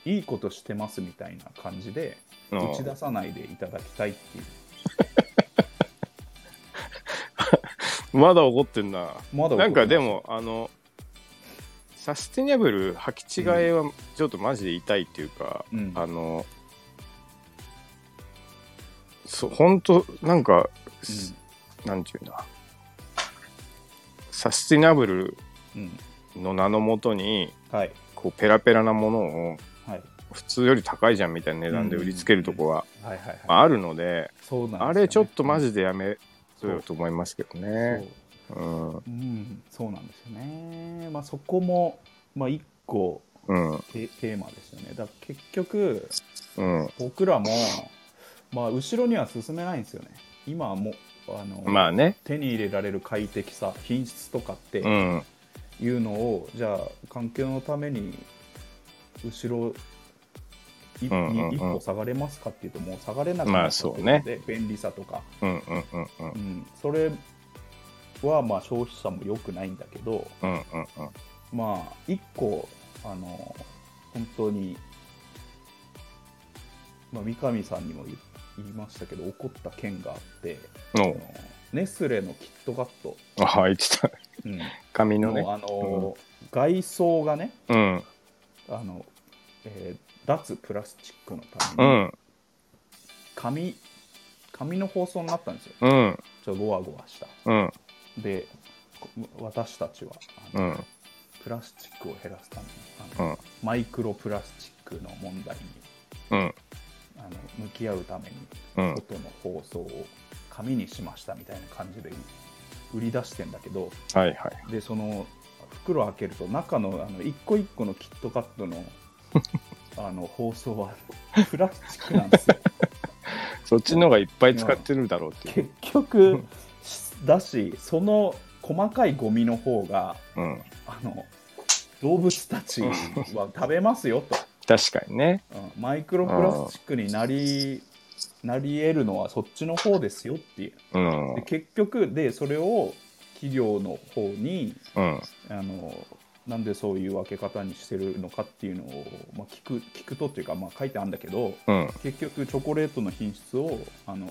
A: いいことしてますみたいな感じで
B: あ
A: 打
B: の
A: ち出さないでいただきたいっていう
B: まだ怒ってんな。
A: まだ
B: なんかでも、あの、サスティナブル履き違えはちょっとマジで痛いっていうか、
A: うん
B: あの、そ本当なんか、すなんていうんだ、サスティナブル
A: うんうん
B: の名のもとに、
A: はい
B: こう、ペラペラなものを、
A: はい
B: 普通より高いじゃんみたいな値段で売りつけるとこは
A: はいはいはい
B: あるので、
A: そうなんですよね
B: あれちょっとマジでやめそうよと思いますけど
A: そう
B: ね。うん。う
A: うんそうなんですよねまあそこもまあ一個
B: ん。
A: テテーマですよねだから結局
B: うん。
A: 僕らもまあ後ろには進めないんですよね今はもうあの、
B: まあね。
A: 手に入れられる快適さ品質とかって
B: うん。
A: いうのを、じゃあ環境のために後ろい
B: うんうんうん
A: に一歩下がれますかっていうともう下がれなく
B: ま
A: な
B: あ
A: っちゃって
B: そう
A: る
B: ね
A: ので、便利さとか、
B: うんうんうんうん
A: うん、それはまあ消費者も良くないんだけど
B: うんうんうん
A: まあ一個あの本当に、まあ、三上さんにも言言いましたけど怒った件があって
B: う
A: あ
B: ん
A: のネスレのキットカット、
B: おあ言ってた
A: うん
B: 髪のね
A: のあの、外装がね
B: うん
A: あの、えー脱プラスチックのた
B: う
A: めに
B: ん
A: 紙,、紙の包装になったんですよ
B: うん
A: ちょっとゴワゴワした
B: うん
A: でこ私たちはあ
B: う
A: の、
B: ん
A: プラスチックを減らすためにあ
B: う
A: の、
B: ん
A: マイクロプラスチックの問題に
B: うん
A: あの向き合うために
B: うん
A: 外の包装を紙にしましたみたいな感じで売り出してんだけど
B: はいはい
A: でその袋開けると中のあの一個一個のキットカット のあの包装はプラスチックなんですよ
B: そっちの方がいっぱい使ってるだろうっていう
A: 結局だしその細かいゴミの方が
B: うん
A: あの動物たちは食べますよと、
B: 確かにね
A: うんマイクロプラスチックになりなり得るのはそっちの方ですよっていう
B: うんう
A: で結局でそれを企業の方に
B: ん
A: あのなんでそういう分け方にしてるのかっていうのを、まあ、聞く聞くとっていうか、まあ、書いてあるんだけど
B: うん
A: 結局チョコレートの品質をあの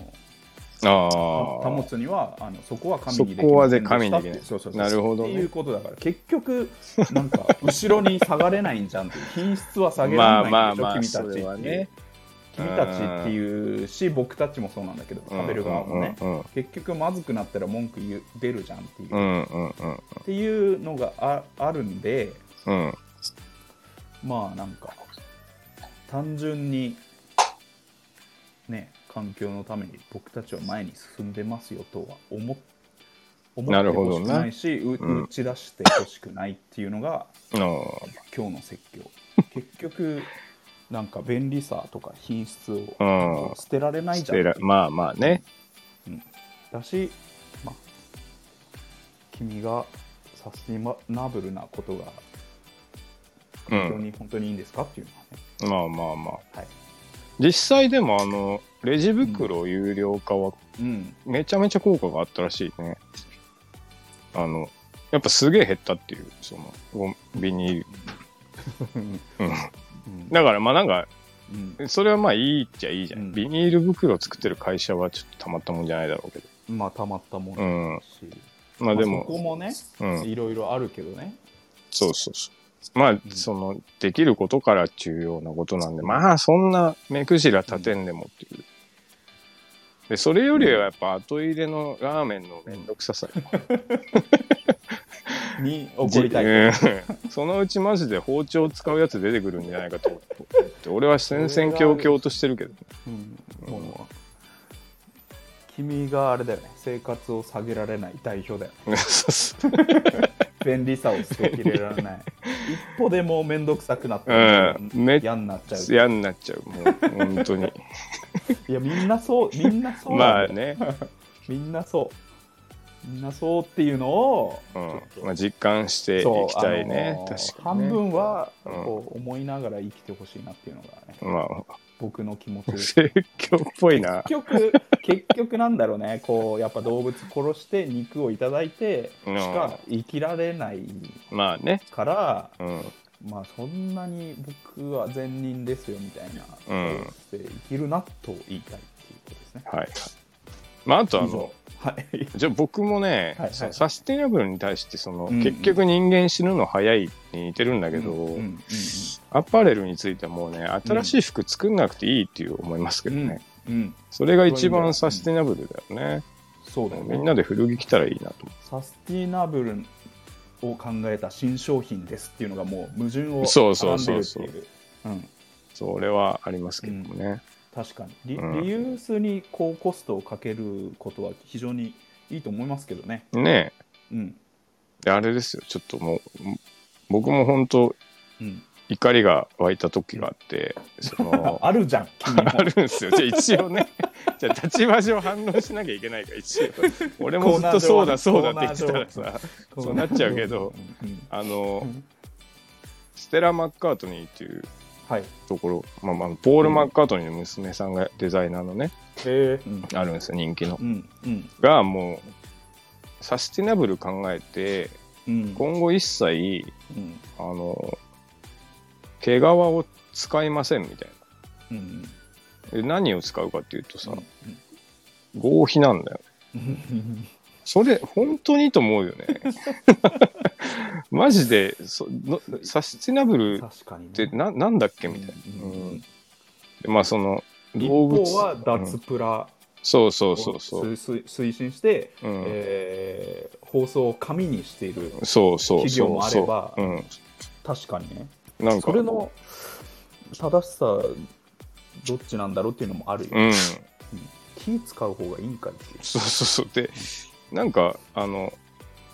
B: あ
A: 保
B: あ
A: つにはあのそこは紙にでき
B: そこはで紙
A: ません
B: にできない
A: したってそうそうそう
B: なるほどね
A: っていうことだから結局なんか後ろに下がれないんじゃんっていう品質は下げら
B: まあ
A: れ
B: ま
A: な
B: あ
A: いんでしょ、
B: まあ
A: 君たちって
B: それ
A: いう
B: はね
A: 君たちっていうし僕たちもそうなんだけど食べる側もね、
B: うん
A: 結局まずくなったら文句言う出るじゃんっていう、
B: う
A: っ
B: んうんうん
A: ていうのがああるんで
B: うん
A: まあなんか単純にね環境のために僕たちは前に進んでますよとは思っ思
B: な
A: って
B: るほ
A: ほし
B: どね
A: くないし、う
B: うん
A: 打ち出してほしくないっていうのが今日の説教結局なんか便利さとか品質
B: う
A: を
B: ん
A: 捨てられないじゃん
B: うんまあまあね
A: だし、まあ、君がサスティナブルなことが
B: うん
A: 環境に本当にいいんですかっていうのはね、
B: まあまあまあ
A: はい
B: 実際でもあのレジ袋有料化は
A: うん
B: めちゃめちゃ効果があったらしいね。あの、やっぱすげえ減ったっていう、その、コンビニ。うん
A: うん
B: だからまあなんか、
A: うん
B: それはまあいいっちゃいいじゃん。
A: うん
B: ビニール袋を作ってる会社はちょっとたまったもんじゃないだろうけど。
A: まあたまったもん
B: う
A: だ
B: ん。
A: し、
B: まあで
A: そこ
B: も、
A: もね
B: うん。
A: いろいろあるけどね
B: そうそうそう。まあ、その、できることから重要なことなんで、まあそんな目くじら立てんでもっていう。で、それよりはやっぱ後入れのラーメンのめんどくささ。
A: に怒りたい
B: うん そのうちマジで包丁使うやつ出てくるんじゃないかと思って俺は戦々恐々としてるけど
A: うんもう君があれだよね生活を下げられない代表だよね
B: ねそうそう
A: 便利さを捨てきれられ ない一歩でも面倒くさくなって
B: うんめっ
A: 嫌になっちゃう
B: 嫌になっちゃうもう本当に
A: いやみんなそうみんなそう
B: ま
A: な
B: あ
A: んだよ、
B: ね、
A: みんなそうみんなそうっていうのを、
B: うん
A: ちょっと
B: まあ、実感してい
A: そう
B: きたいね
A: あのー
B: 確かにね
A: 半分は
B: うん
A: こう思いながら生きてほしいなっていうのがね、
B: ま
A: 僕の気持ち
B: あ
A: です
B: 説教っぽいな
A: 結局結局なんだろうねこうやっぱ動物殺して肉をいただいてし
B: うん
A: か生きられない
B: まあね
A: から、
B: うん
A: まあそんなに僕は善人ですよみたいな
B: うん
A: で生きるなと言いたいっていうことですね。
B: はいまああとあ
A: 以上
B: の
A: はい、
B: じゃあ僕もね、
A: はいはい
B: そのサステイナブルに対してその、
A: うんうん
B: 結局人間死ぬの早いに似てるんだけど、
A: うんうん
B: アパレルについてはもうね、新しい服作んなくていいっていう思いますけどね。
A: うんうん
B: それが一番サステナブルだよね。
A: そうだよね
B: みんなで古着着たらいいなと
A: サ
B: 思
A: スティナブルを考えた新商品ですっていうのがもう矛盾を
B: そうそ
A: は
B: う
A: らんで
B: そ
A: る
B: う
A: っていう。
B: そう
A: うん
B: う。それはありますけどもね。
A: 確かにリ,、
B: うん
A: リユースに高コストをかけることは非常にいいと思いますけどね。
B: ねえ
A: うん
B: で、あれですよ。ちょっともう、僕も本当
A: うん、
B: 怒りが湧いた時があって、そ
A: あ
B: の、
A: あるじゃん君も
B: あるんですよ。じゃあ一 応ね、じゃあ立場上反論しなきゃいけないから、一応。俺もずっとそうだそうだって言ってたらさ、そうなっちゃうけど、
A: うんうん
B: あ
A: う
B: の、
A: ん
B: ステラ・マッカートニーっていう
A: はい
B: ところ、まあ、まあポール・マッカートニーの娘さんがデザイナーのね、
A: えうん
B: あるんですよ人気の
A: うんうん
B: がもうサスティナブル考えて
A: うん
B: 今後一切
A: うん
B: あの毛皮を使いませんみたい
A: うん
B: なで何を使うかっていうとさ
A: うん
B: 合皮なんだよ
A: うん
B: それ本当にと思うよ ねマジでそのサスティナブルっ
A: 確かに
B: て
A: ね。
B: ななんだっけみたいな、
A: うんうん
B: うんでまあその
A: 一
B: 動物
A: 方は
B: う
A: 脱
B: ん
A: プラ
B: そうそ
A: を
B: うそうそう、
A: 推推推進して、
B: うん
A: えー放送を紙にしている
B: そうそう
A: 企業
B: そう
A: もあれば
B: そううん
A: 確かにね
B: なんか
A: それの正しさどっちなんだろうっていうのもあるよ、
B: うん
A: 気使う方がいいんかいっていう
B: そうそうそう。で、なんか、あの、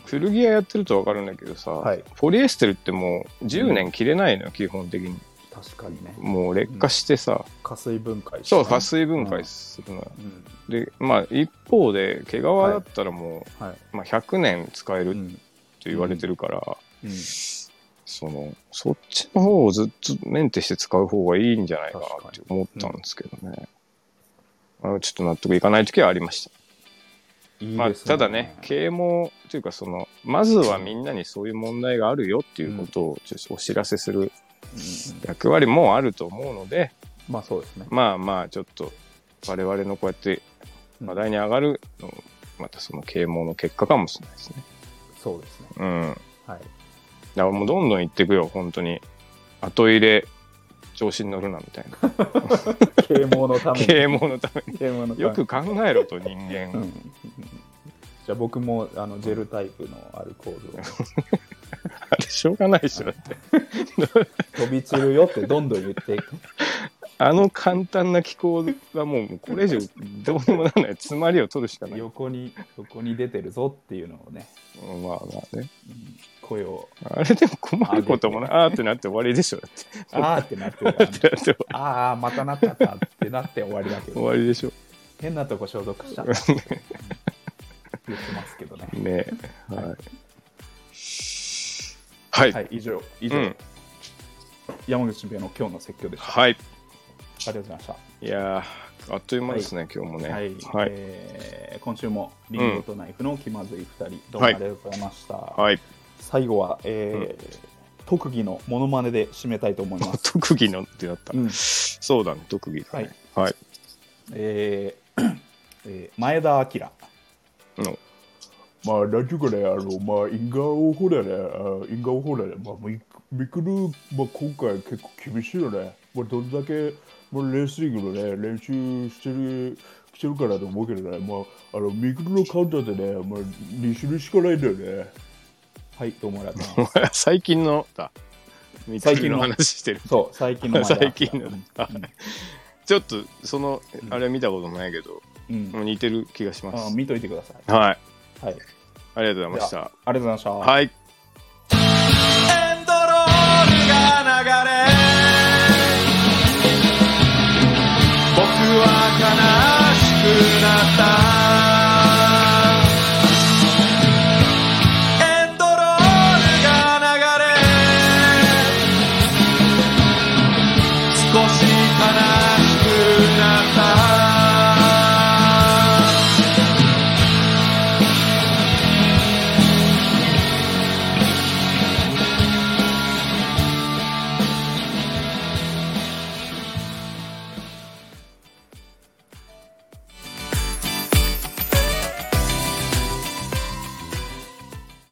B: 古着屋やってると分かるんだけどさ、
A: はい
B: ポリエステルってもう10年切れないのよ、基本的に。
A: 確かにね
B: もう劣化してさ、
A: 加水分解して
B: そ
A: ね
B: う、加水分解するのよ。
A: うん
B: で、まあ、一方で、毛皮だったらも、
A: はいう
B: まあ、100年使える
A: う
B: って
A: ん
B: 言われてるから、
A: うん
B: その、そっちの方をずっとメンテして使う方がいいんじゃないかなって思ったんですけどね。あちょっと納得いかない時はありました。
A: いい
B: まあ、
A: です
B: ただね、啓蒙というかその、まずはみんなにそういう問題があるよっていうことをちょっとお知らせする
A: うんうん
B: 役割もあると思うので、
A: まあそうですね
B: まあまあ、ちょっと我々のこうやって話題に上がるのもまたその啓蒙の結果かもしれないですね。
A: そうですね
B: うん。
A: はい
B: だからもうどんどん言ってくよ、本当に。後入れ、調子に乗るなみたいな。
A: 啓蒙のために
B: 啓蒙のため
A: 啓蒙のために
B: に。よく考えろと人間
A: う
B: を
A: んじゃあ僕もあのジェルタイプのアルコールを
B: あれ、しょうがないでしょ。だって
A: 飛び散るよってどんどん言っていく
B: あの簡単な機構はもうこれ以上どうにもならない詰まりを取るしかない。ま
A: 横に横に出てるぞっていうのをね、
B: あまあね。
A: うん声を
B: あれでも困ることもない。あーってなって終わりでしょ。だって
A: あーってなってる からね
B: だって
A: ああまたなっちゃったってなって終わりだけ
B: 終
A: ど
B: わりでしょ。
A: 変なとこ消毒しちゃったって言ってますけど ね
B: ねはい。はい。
A: はい以上以上、
B: うん
A: 山口俊平の今日の説教でした
B: はい。
A: りがとうございました。
B: いやー、あっという間ですね、今日もね。
A: はい、
B: はい。
A: えー今週もリンゴとナイフの気まずい2人、どうも
B: は
A: あ
B: い
A: りがとうございました。
B: はい
A: 最後は、えー特技のモノマネで締めたいと思います。
B: 特技のってなった。
A: うん
B: そうだね、特技だね。はい。
A: えー えー前田明。
B: の
A: まあ、なんちゅうかね、あの、まあ、因果をほらね、あ因果をほらね、まあ、ミミクル、まあ、今回結構厳しいよね。まあ、どんだけ、まあ、レースリングのね、練習してる、してるからと思うけどね、まあ、あの、ミクルのカウンターでね、まあ、2種類しかないんだよね。はい、どうもありがとうございます。
B: お前 最近のだ。
A: 最
B: 最
A: 近
B: 近
A: の
B: の話してる。
A: そう、最近の前田明
B: 最近の
A: うん
B: ちょっと、その
A: う、ん
B: あれ見たことないけど、
A: うん。
B: 似てる気がしま
A: あ
B: す。
A: 見といてください。
B: はい。
A: はい。
B: ありがとうございました。
A: ありがとうございました。
B: はい。